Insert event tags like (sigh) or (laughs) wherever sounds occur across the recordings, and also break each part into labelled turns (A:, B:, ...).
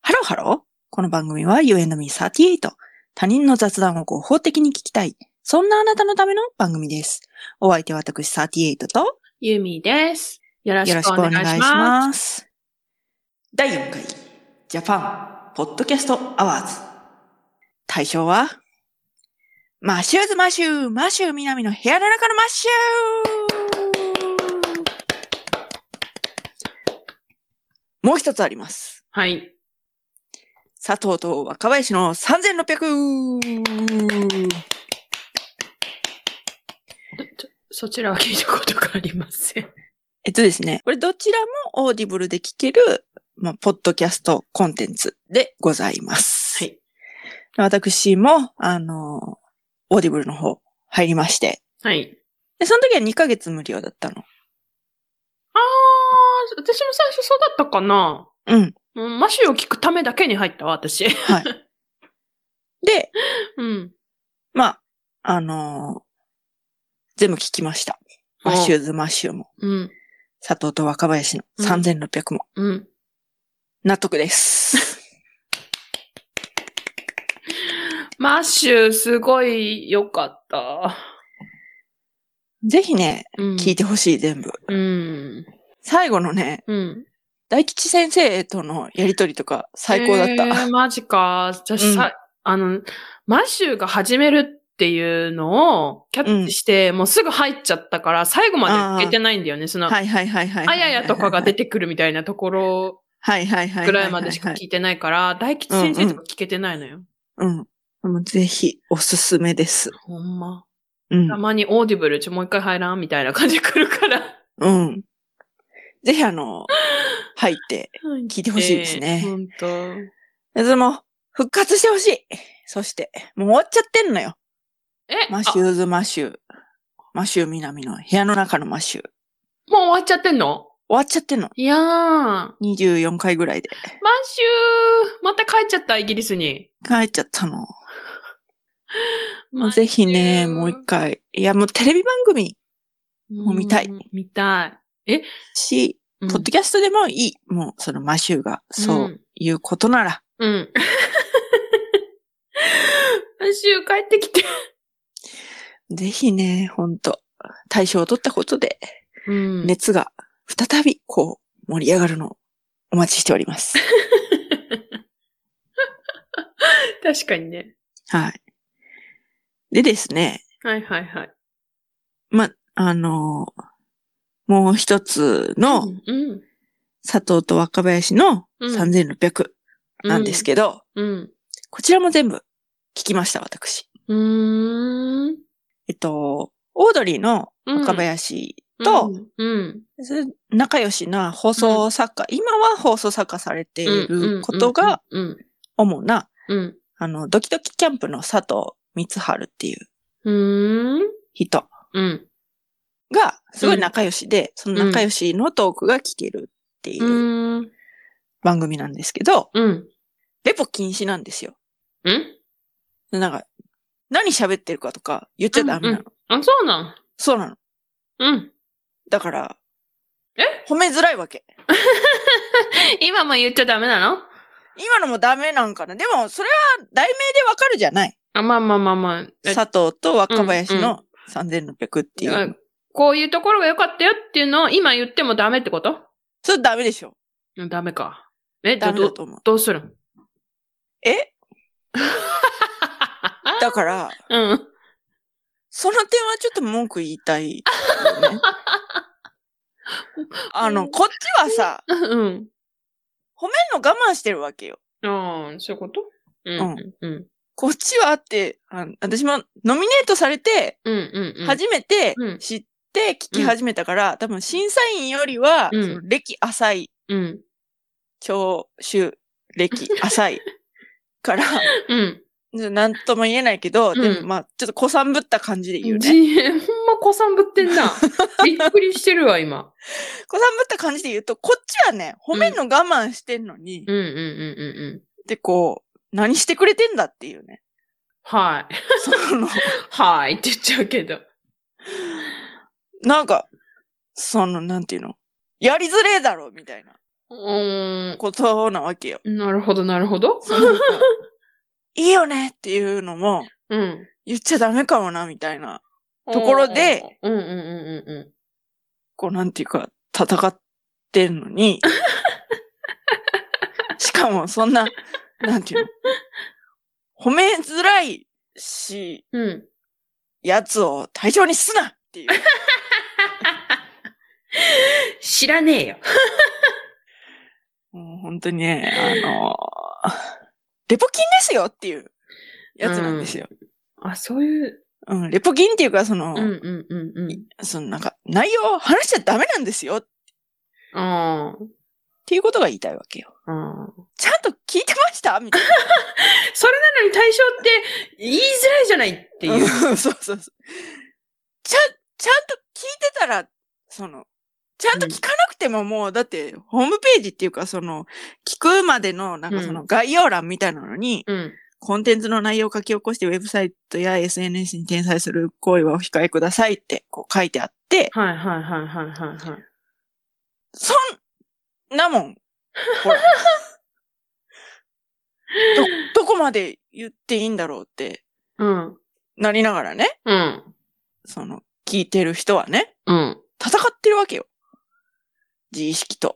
A: ハローこの番組は You and me38。他人の雑談を合法的に聞きたい。そんなあなたのための番組です。お相手は私38と
B: ユミです。よろし
A: よろし
B: く
A: く
B: お
A: お願
B: 願い
A: いし
B: します。
A: ます。第4回ジャパンポッドキャストアワーズ。対象はマッシューズマッシューマッシュー南の部屋の中のマッシューもう一つあります。
B: はい。
A: 佐藤と若林の 3600!
B: そちらは聞いたことがありません。
A: えっとですね、これどちらもオーディブルで聞ける、まあ、ポッドキャストコンテンツでございます。
B: はい。
A: 私も、あの、オーディブルの方入りまして。
B: はい。
A: で、その時は2ヶ月無料だったの。
B: あー、私も最初そうだったかな。
A: うん。
B: もうマシュを聞くためだけに入ったわ、私。 (laughs)
A: で、
B: うん。
A: まあ、あの全部聞きました。マッシューズマッシューも、
B: うん。
A: 佐藤と若林の3600も、
B: うん。
A: 納得
B: (laughs)
A: です。
B: マシュすごい良かった。
A: ぜひね、
B: うん。
A: 聞いてほしい、全部。
B: うん。
A: 最後のね、
B: うん。
A: 大吉先生とのやりとりとか最高だった。
B: えー、マジか。私さ、
A: うん
B: あの、マシューが始めるっていうのをキャッチして、もうすぐ入っちゃったから、最後までいけてないんだよね。その、
A: はいはいはいはい。
B: あややとかが出てくるみたいなところ
A: はいはいはいはいはいはい。
B: ぐらいまでしか聞いてないから、大吉先生とか聞けてないのよ。
A: うん。もうぜひ、おすすめです。
B: ほんま。
A: うん
B: た。まにオーディブル、ちょ、もう一回入らんみたいな感じ来るから。
A: うん。ぜひ、あ
B: (laughs)
A: の、入って、聞いてほしいですね
B: えーほんと。
A: でも、復活してほしい。そして、もう終わっちゃってんのよ。
B: え、
A: マシ
B: あ
A: ューズマシュー。マシュー南の部屋の中のマシュー。
B: もう終わっちゃってんの
A: 終わっちゃってんの。
B: いやー。マ
A: 24回ぐらいで。
B: シュー、また帰っちゃった、イギリスに。
A: 帰っちゃったの。も
B: マ
A: う
B: シュ
A: ぜひね、もう一回。いや、もうテレビ番組もう見たい
B: うん。見た
A: し、
B: い。
A: ポッドキャストでもいい。もう、そのマシューが、そうういうことなら、
B: うん。うん。 (laughs) マシュー帰ってきて。
A: ぜひね、ほんと、大賞を取ったことで、
B: うん
A: 熱が再び、こう、盛り上がるのをお待ちしており
B: (laughs)
A: ます。
B: 確かにね。
A: はい。でですね、
B: はいはいはい。
A: ま、あのもう一つの、
B: うん。
A: 佐藤と若林の
B: うん
A: 3600なんですけど、
B: うん。
A: こちらも全部聞きました、私。
B: うーん。
A: えっと、オードリーの若林と、
B: うん。
A: それ仲良しな放送作家、今は放送作家されていることが
B: うん。
A: 主な、
B: うん。
A: あの、ドキドキキャンプの佐藤光春っていう
B: うん。
A: 人
B: うん。
A: が、すごい仲良しで、その仲良しのトークが聞けるって
B: う。
A: いうん
B: うん。
A: 番組なんですけど、
B: うん。
A: レポ禁止なんですよ。
B: うん。
A: なんか、何喋ってるかとか言っちゃダメなの。
B: んあ、そうなん。
A: そうなの。
B: うん。
A: だから、
B: え
A: 褒めづらいわけ。
B: 今も言っちゃダメなの
A: 今のもダメなんかな。でも、それは題名でわかるじゃない。
B: あ、まあまあまあまあ。え
A: 佐藤と若林の3600っていう。
B: あこういうところが良かったよっていうのを今言ってもダメってこと
A: それダメでしょ。
B: うんダメか。え、じゃ
A: ダ
B: あ
A: メだ
B: ど
A: と、思う。
B: どうするん
A: えだから、
B: うん。
A: その点はちょっと文句言いたいよ
B: (laughs)
A: ね、あの、こっちはさ、
B: うん。
A: 褒めんの我慢してるわけよ。
B: ああ、そういうことうん。うん。
A: こっちはあって、あ私もノミネートされて、
B: うん。うん。うん。
A: 初めて
B: うん
A: 知って聞き始めたから、多分審査員よりは、
B: うん
A: その歴浅い、
B: うん。
A: 聴取
B: (laughs)
A: 歴浅いから、
B: うん。
A: なんとも言えないけど、
B: うん
A: でもまあ、ちょっと子さんぶった感じで言うね。
B: じほんま子さんぶってん (laughs) な。びっくりしてるわ、今。
A: 子さんぶった感じで言うと、こっちはね、褒めんの我慢してんのに、
B: うんうんうんうんうん。
A: で、こう、何してくれてんだっていうね。
B: はい。
A: そ
B: (laughs)
A: の、
B: はいって言っちゃうけど。
A: なんか、その、なんていうのやりづれえだろ、みたいな。
B: う
A: ことなわけ
B: (laughs)
A: よ。
B: ーん。なるほど、なるほど。
A: そのなんかいいよねっていうのも
B: うん。
A: 言っちゃダメかもな、みたいな。ところで、
B: うんうんうんうんう
A: こうなんていうか、戦ってんの
B: (laughs)
A: に。しかもそんな、なんていうの。褒めづらいし、
B: ん。うん。
A: やつを対象にすなっていう。
B: 知らねえよ。
A: (laughs) もう本当にね、あのレポ金ですよっていうやつなんですよ。
B: あ、そういう。
A: うん、レポ金っていうか、その、
B: うんうんうんうん。
A: そのなんか、内容を話しちゃダメなんですよっ
B: あー
A: ていうことが言いたいわけよ。
B: あー。なの
A: ちゃんと聞いてましたみたいな。っ
B: に対象って言いづらいじゃないっていう。
A: う。 (laughs) そうそうそう。ちゃん、ちゃんと聞いてたら、その、ちゃんと聞かなくてももう、だって、ホームページっていうか、その、聞くまでの、なんかその概要欄みたいなのに、
B: うん。
A: コンテンツの内容を書き起こしてウェブサイトや SNS に転載する行為はお控えくださいってこう書いてあって、
B: はいはいはいはいはいはい。
A: そんなもん、ほら。ど、どこまで言っていいんだろうって
B: うん。
A: なりながらね、
B: うん。
A: その、聞いてる人はね、
B: うん。
A: 戦ってるわけよ。自意識と。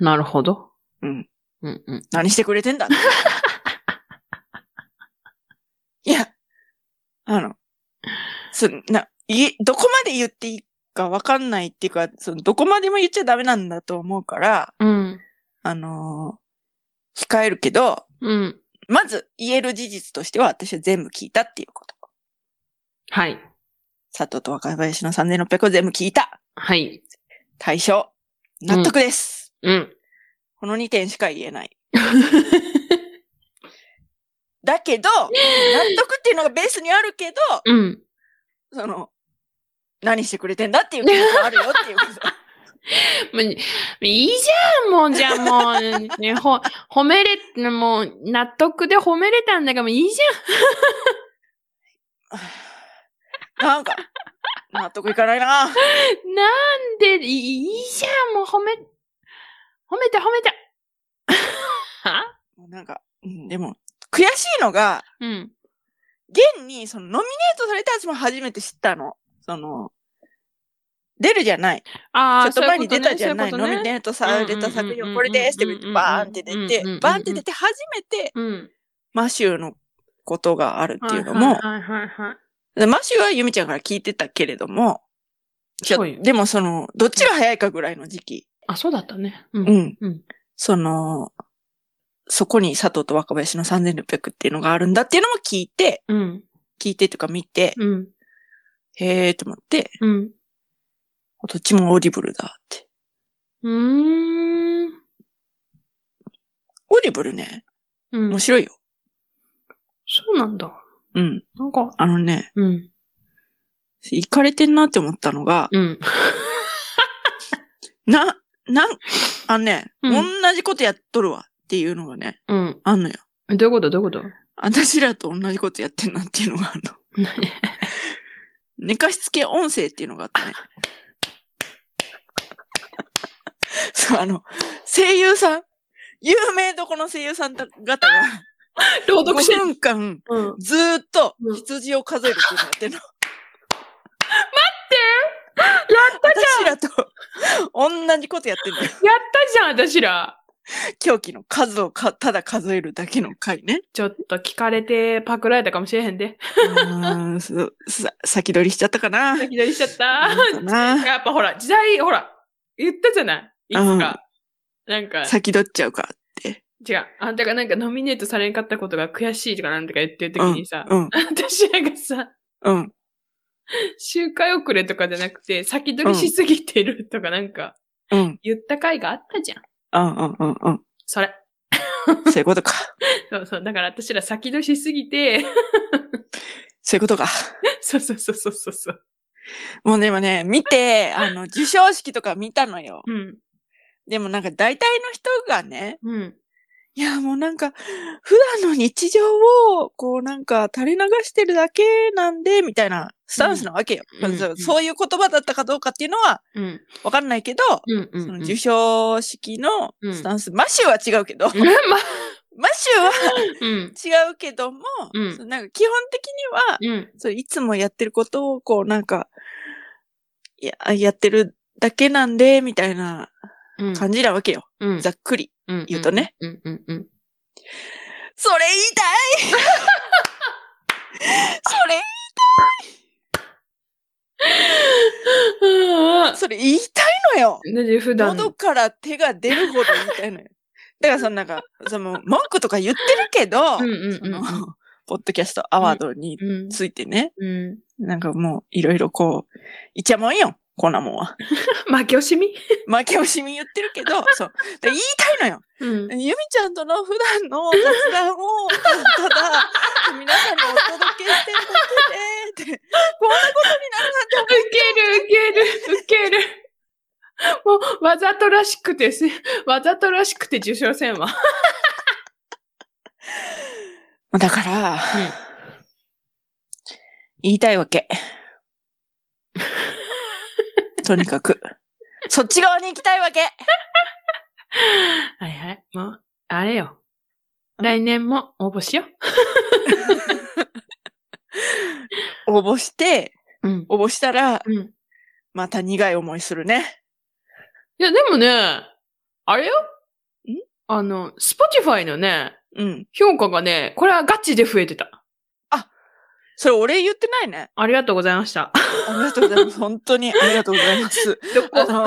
B: なるほど。
A: うん。
B: うんうん。
A: 何してくれてん
B: (laughs)
A: だっていや、あの、そんな、い、どこまで言っていいかわかんないっていうか、その、どこまでも言っちゃダメなんだと思うから、
B: うん。
A: あのー控えるけど、
B: うん。
A: まず言える事実としては私は全部聞いたっていうこと。
B: はい。
A: 佐藤と若林の3600を全部聞いた。
B: はい。
A: 対象。納得です。 (laughs)
B: うん。
A: この2点しか言えない。だけど、納得っていうのがベースにあるけど、
B: うん。
A: その、何してくれてんだっていう気持ちもあるよっていうこと。
B: もういいじゃん、もう、じゃあもう、ね、ほ、褒めれ、もう、納得で褒めれたんだから、もういいじ
A: なんか、納得いかないな
B: ゃん。なんで、いいいじゃん、もう褒め、褒めた褒めた。は
A: なんか、うんでも、悔しいのが、
B: うん。
A: 現に、その、ノミネートされたやつも初めて知ったの。その、出るじゃない。ち
B: あ
A: ょ
B: あ、
A: っと前に出たじゃない。
B: そ
A: ノ
B: ういう
A: ミ
B: ことね
A: ネートされた作
B: うんうんうんうんうん
A: 品、これですって言って、バーンって出
B: うんうんうんう
A: て
B: ん、
A: バーンって出て、初めて、
B: うん。
A: マシューのことがあるっていうの
B: は
A: も、
B: はいはいはい。
A: でマシューはユミちゃんから聞いてたけれども、ち
B: そ
A: ょ
B: うよ
A: でもその、どっちが早いかぐらいの時期。
B: あ、そうだったね。う。
A: うんん。
B: うん
A: その、そこに佐藤と若林の3600っていうのがあるんだっていうのも聞いて、
B: うん。
A: 聞いてとか見て、
B: うん。
A: へえーと思って、
B: うん。
A: どっちもオーディブルだって。
B: うーん。
A: オーディブルね、
B: うん
A: 面。白いよ。
B: そうなんだ。
A: うん。
B: なんか、
A: あのね、
B: うん。
A: 行かれてんなって思ったのが、
B: うん。
A: な、なん、あのね、
B: うん
A: 同じことやっとるわっていうのがね、
B: うん。
A: あんのよ。
B: どういうことどういうこと
A: 私らと同じことやってんなっていうのがあるの。寝かしつけ音声っていうのがあってね。 (laughs) そう、あの、声優さん、有名どこの声優さん方が
B: (laughs) 朗
A: 5
B: 読してる。
A: 分間
B: うん。
A: ずーっと
B: うん
A: 羊を数えるっていうのやってんの。待ってやったじゃん私らと同じことやってんのよ。
B: やったじゃん、私ら。
A: 狂気の数をかただ数えるだけの回ね。
B: ちょっと聞かれてパクられたかもしれへんで。
A: あーそうさ先取りしちゃったかな。
B: 先取りしちゃった。
A: なんかな
B: やっぱほら、時代、ほら、言ったじゃないいつか。なんか、違う。
A: 先取っちゃうか。
B: あんたがなんかノミネートされんかったことが悔しいとかなんとか言ってる時にさ、
A: うん、
B: 私らがさ、
A: うん。
B: 周回遅れとかじゃなくて、先取りしすぎてるとかなんか、
A: うん。
B: 言った回があったじゃん。
A: うんうんうんうん。
B: それ。
A: そういうことか。
B: そうそう。だから私ら先取りしすぎて、 (laughs)
A: そういうことか。
B: そうそうそうそうそうそう。
A: もうでもね、見て、あの、授賞式とか見たのよ。
B: うん。
A: でもなんか大体の人がね、
B: うん。
A: いやもうなんか、普段の日常を、こうなんか垂れ流してるだけなんで、みたいなスタンスなわけよ。
B: うん
A: そう
B: うん
A: そういう言葉だったかどうかっていうのは
B: うん。
A: わかんないけど、
B: うん。うん。
A: その
B: うん
A: 受賞式の
B: うん
A: スタンス、マシューは違うけど、マシュ
B: うんまあうん。
A: ーは違うけども、
B: うん
A: そのなんか基本的には、
B: うん。
A: そういつもやってることを、こうなんか、いや、やってるだけなんで、みたいな
B: うん。
A: 感じなわけよ。
B: うん
A: ざっくり。
B: うん
A: 言うとね。
B: うん。うん。うん。
A: それ言い
B: (laughs)
A: たいそれ、
B: うん
A: それ言いたいのよ
B: (laughs) だって普段。
A: 喉から手が出るほど言いたいのよ。だからそのなん
B: (laughs)
A: か、その文句とか言ってるけど、
B: うんうん
A: そ
B: うんう
A: の
B: ん
A: ポッドキャストアワードに
B: うん。
A: ついてね、
B: うん。
A: なんかもういろいろこう、いちゃもんよ、こんなもんは。
B: (laughs) 負け惜しみ
A: 負け惜しみ言ってるけど、そう。で言いたいのよ。
B: (laughs) うん
A: ゆ。みちゃんとの普段の雑談を、ただ (laughs) ただ、皆さんにお届けしてるだけで、って、こんなことになるなん
B: ウケる、ウケる、ウケる。 (laughs) もう、わざとらしくてす、わざとらしくて受賞せんわ。
A: て。だから、言いたいわ (laughs) け。とにかく。そっち側に行きたいわけ。
B: はいはい。もう、あれよ。来年も応募しよ
A: 応募して、
B: う。うん。
A: 応募したら、
B: うん。い
A: また苦い思いするね。
B: や、でもね、あれよ
A: ん
B: あの、Spotify のね、
A: うん。
B: 評価がね、これはガチで増えてた。
A: それ俺言ってないね。
B: ありがとうございました。
A: ありがとうございます。本当にありがとうございます。
B: ど (laughs) こ
A: あの、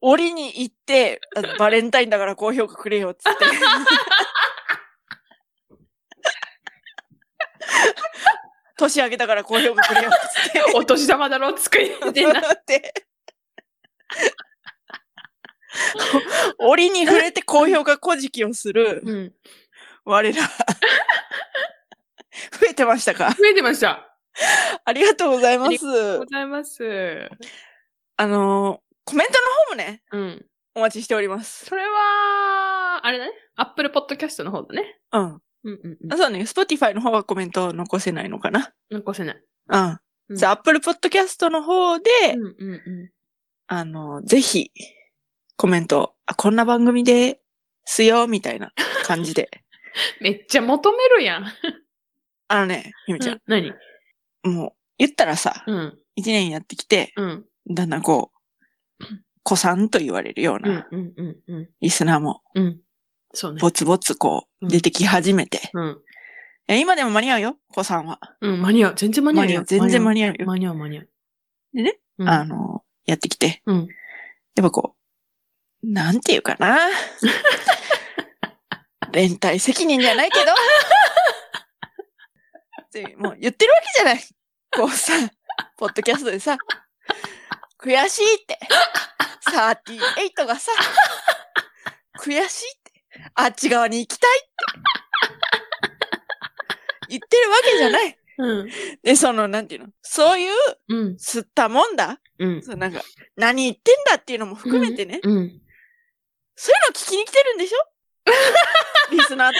A: 折に行って、あのバレンタインだから高評価くれよっつって。 (laughs) 年上げたから高評価くれよっつって。
B: お年玉だろ作りてな。
A: って。折に触れて高評価古事記をする
B: うん。
A: 我ら。増えてましたか
B: 増えてました。あ
A: ありがとうございま
B: あり
A: す。
B: りがとうございます。
A: あのーコメントの方もね、
B: うん。
A: お待ちしております。
B: それは、あれだね。Apple Podcast の方だね。
A: うん。
B: うんうんう
A: あ
B: ん。
A: そうね、Spotify の方はコメントを残せないのかな。
B: 残せない。
A: うん。
B: うん
A: じゃあ、Apple Podcast の方で、
B: うんうんう
A: あのーぜひ、コメント、あ、こんな番組ですよ、みたいな感じ
B: (laughs)
A: で。
B: ん。めっちゃ求めるやん。
A: あのね、ゆみちゃん、
B: 何
A: もう、言ったらさ、
B: うん
A: 一年やってきて、
B: うん
A: だんだんこう、子さんと言われるよう
B: うん
A: な
B: うんうんうん
A: リスナーも、
B: うん。そうね。
A: ぼつぼつこう、
B: うん
A: 出てき始めて。
B: うん。
A: いや今でも間に合うよ、子さんは。
B: うん、間に合う。全然間に合うよ。
A: 全然間に合うよ。
B: 間に合う。間に合う。
A: でね、
B: うん
A: あの、やってきて。
B: うん。
A: やっぱこう、なんていうか
B: (laughs)
A: な。連帯責任じゃないけど。ってもう言ってるわけじゃない。こうさ、ポッドキャストでさ、悔しいって。38がさ、悔しいって。あっち側に行きたいって。言ってるわけじゃない。
B: うん。
A: で、その、なんていうのそういう、
B: うん。
A: 吸ったもんだ。
B: うん。
A: そう、なんか、何言ってんだっていうのも含めてね。
B: うん。
A: そういうの聞きに来てるんでしょ (laughs) リスナーって。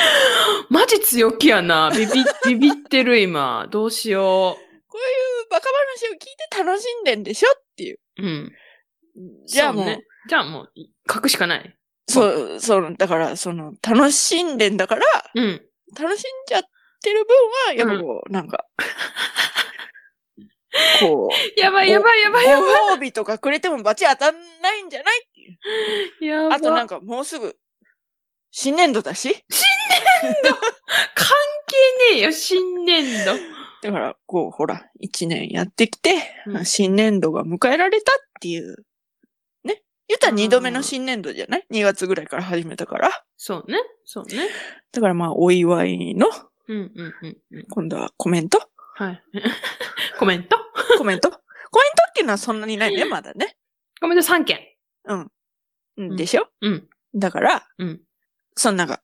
B: マジ強気やな。ビビ、ビビってる今。どうしよ
A: こういうバカ話を聞いて楽しんでんでしょっていう。
B: う。うん。
A: じゃあもう、
B: そねじゃあもう、書くしかない。
A: そう、そう、だから、その、楽しんでんだから、
B: うん。
A: 楽しんじゃってる分は、やっぱこう、なんか、 (laughs) こう、
B: やばいやばいやばいやば
A: ご褒美とかくれても罰当たんないんじゃない
B: い。やば
A: あとなんか、もうすぐ、新年度だし
B: 関係ねえよ、新年度。
A: だから、こう、ほら、一年やってきて、
B: うん
A: 新年度が迎えられたっていう。ね。言ったら二度目の新年度じゃない ?2 月ぐらいから始めたから。
B: そうね。そうね。
A: だからまあ、お祝いの、
B: うんうんうんうん。
A: 今度はコメント
B: はい。 (laughs) コメント
A: (laughs) コメントコメントっていうのはそんなにないね、まだね。
B: コメント3件。
A: うんでしょ
B: うん。
A: だから、
B: うん。
A: そのなんか、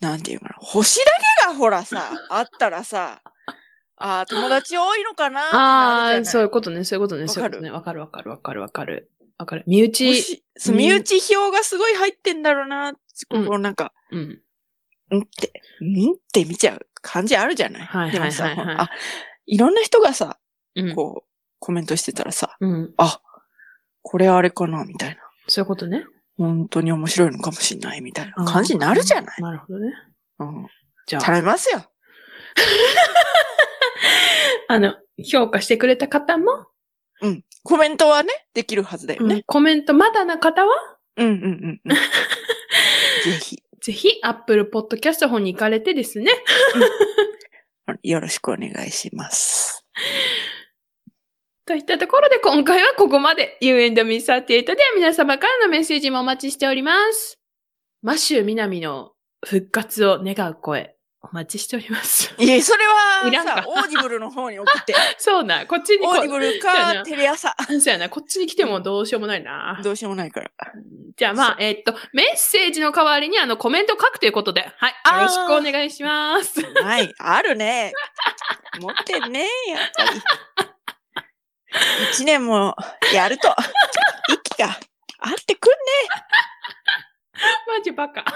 A: なんていうかな、星だけがほら (laughs) さ、あったらさ、ああ、友達多いのかな
B: ああ、そうい
A: そう
B: ことね、そういうことね、
A: わ
B: そう
A: か
B: い
A: る
B: うことね。わかるわかるわかるわかる。わかる。身内、
A: う。身内票がすごい入ってんだろうな、ここなんか、
B: うん。
A: んって、んって見ちゃう感じあるじゃない。
B: はいはいは
A: で
B: いはい
A: もさ、ほらあ、いろんな人がさ、
B: うん。
A: こう、コメントしてたらさ、
B: うん。
A: これあれかなみたいな。
B: そういうことね。
A: 本当に面白いのかもしんないみたいな感じになるじゃない、
B: なるほどね。
A: うん、
B: じゃあ、
A: 頼みますよ。
B: あの、評価してくれた方も、
A: うん。コメントはね、できるはずだよ
B: うん
A: ね。
B: コメントまだな方は、
A: うん、うん、うん
B: (laughs)
A: うん。ぜひ、
B: ぜひ、Apple Podcast の方に行かれてですね。
A: よろしくお願いします。
B: といったところで、今回はここまで。You and me38 では皆様からのメッセージもお待ちしております。マシュー・ミナミの復活を願う声、お待ちしてお
A: (laughs)
B: ります。
A: いえ、それ
B: いら
A: は
B: んか
A: さ、オーディブルの方に送
B: (laughs)
A: って。
B: そうな、こっちに
A: オ
B: こ
A: ーディブル
B: そうや
A: か、
B: な
A: テレ朝。
B: そうやな、こっちに来てもどうしようもないな。
A: どうしようもないから。
B: じゃあまあ、えーっと、メッセージの代わりにあのコメントを書くということで、はい、
A: あー
B: よろしくお願いします。
A: はい、あるね。持ってんね、やっぱり。一年もやると、息が合ってくんね。
B: マジバカ。 (laughs)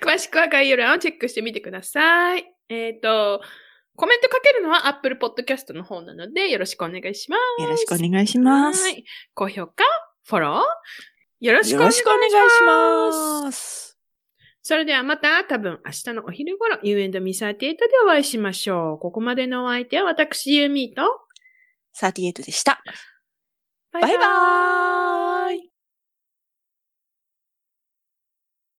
B: 詳しくは概要欄をチェックしてみてください。えっ、と、コメントかけるのは Apple Podcast の方なのでよろしくお願いしま
A: よろしくお願いします。
B: す。はい。高評価、フォロー、よろしく
A: よ
B: お願
A: ろ
B: い
A: し
B: し
A: くお願い
B: ま
A: しま
B: す。
A: す。
B: それではまた多分明日のお昼頃 You and Me38 でお会いしましょう。ここまでのお相手は私ユーミーと
A: 38でした。
B: バ
A: バイバーイ